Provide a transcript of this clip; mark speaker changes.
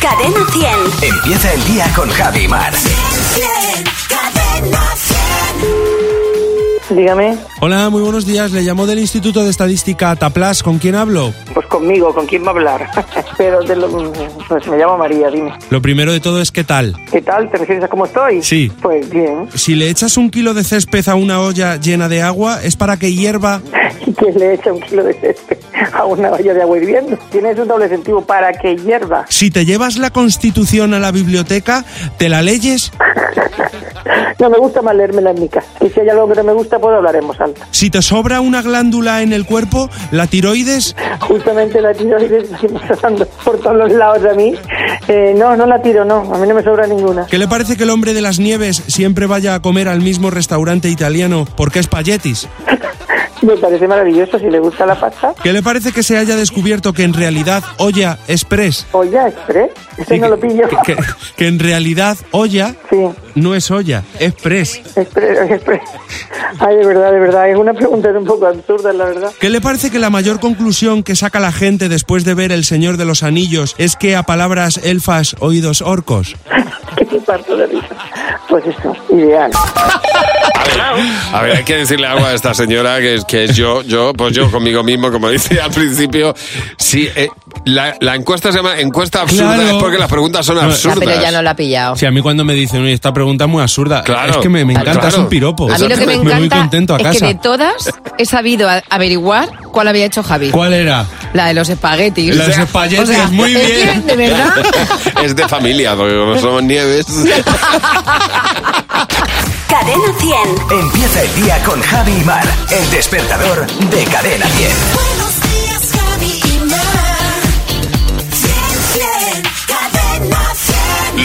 Speaker 1: Cadena 100.
Speaker 2: Empieza el día con Javi Mar.
Speaker 1: Cadena 100.
Speaker 3: Dígame,
Speaker 4: Hola, muy buenos días. Le llamo del Instituto de Estadística Taplas. ¿Con quién hablo?
Speaker 3: pues conmigo, ¿con quién va a hablar? Pero de lo- pues me llamo María, dime.
Speaker 4: Lo primero de todo es qué tal.
Speaker 3: ¿Qué tal? ¿Te refieres a cómo estoy?
Speaker 4: Sí.
Speaker 3: Pues bien.
Speaker 4: Si le echas un kilo de césped a una olla llena de agua, es para que hierva.
Speaker 3: ¿Y que le echa un kilo de césped a una olla de agua hirviendo? Tienes un doble sentido para que hierva.
Speaker 4: Si te llevas la Constitución a la biblioteca, te la leyes.
Speaker 3: No me gusta más leérmela en mi casa. Y si hay algo que no me gusta, pues hablaremos alta.
Speaker 4: Si te sobra una glándula en el cuerpo, la tiroides.
Speaker 3: Justamente la tiroides me está dando por todos los lados a mí. Eh, no, no la tiro, no. A mí no me sobra ninguna.
Speaker 4: ¿Qué le parece que el hombre de las nieves siempre vaya a comer al mismo restaurante italiano porque es payetis?
Speaker 3: Me parece maravilloso si le gusta la pasta.
Speaker 4: ¿Qué le parece que se haya descubierto que en realidad olla es pres?
Speaker 3: Olla express. Este
Speaker 4: Sí,
Speaker 3: no
Speaker 4: que-
Speaker 3: lo pillo.
Speaker 4: Que, que- que en realidad olla
Speaker 3: Sí.
Speaker 4: no es olla, es pres.
Speaker 3: Espera, espera. Ay, de verdad, de verdad. Es una pregunta un poco absurda, la verdad.
Speaker 4: ¿Qué le parece que la mayor conclusión que saca la gente después de ver El Señor de los Anillos es que a palabras elfas, oídos orcos?
Speaker 3: Que me parto de risa. Pues eso, ideal.
Speaker 5: A ver, hay que decirle algo a esta señora que es, que es yo, yo, pues yo conmigo mismo, como dice al principio. Sí, eh, la, la encuesta se llama encuesta absurda
Speaker 4: Claro.
Speaker 5: es porque las preguntas son
Speaker 4: No,
Speaker 5: absurdas.
Speaker 6: pero ya no la ha pillado.
Speaker 4: Si a mí cuando me dicen, "Uy, esta pregunta es muy absurda,
Speaker 5: Claro,
Speaker 4: es que me, me encanta,
Speaker 5: claro.
Speaker 4: es un piropo.
Speaker 6: A mí lo que me
Speaker 5: Exactamente.
Speaker 4: voy
Speaker 6: encanta
Speaker 4: contento a
Speaker 6: es que
Speaker 4: casa.
Speaker 6: de todas he sabido a- averiguar cuál había hecho Javi.
Speaker 4: ¿Cuál era?
Speaker 6: La de los espaguetis.
Speaker 4: Los espaguetis, muy
Speaker 6: es que,
Speaker 4: bien.
Speaker 6: de verdad.
Speaker 5: Es de familia, porque como somos nieves.
Speaker 1: Cadena 100.
Speaker 2: Empieza el día con Javi Mar. El despertador de Cadena 100.
Speaker 7: Buenos días, Javi y Mar. Bien, bien, cadena 100.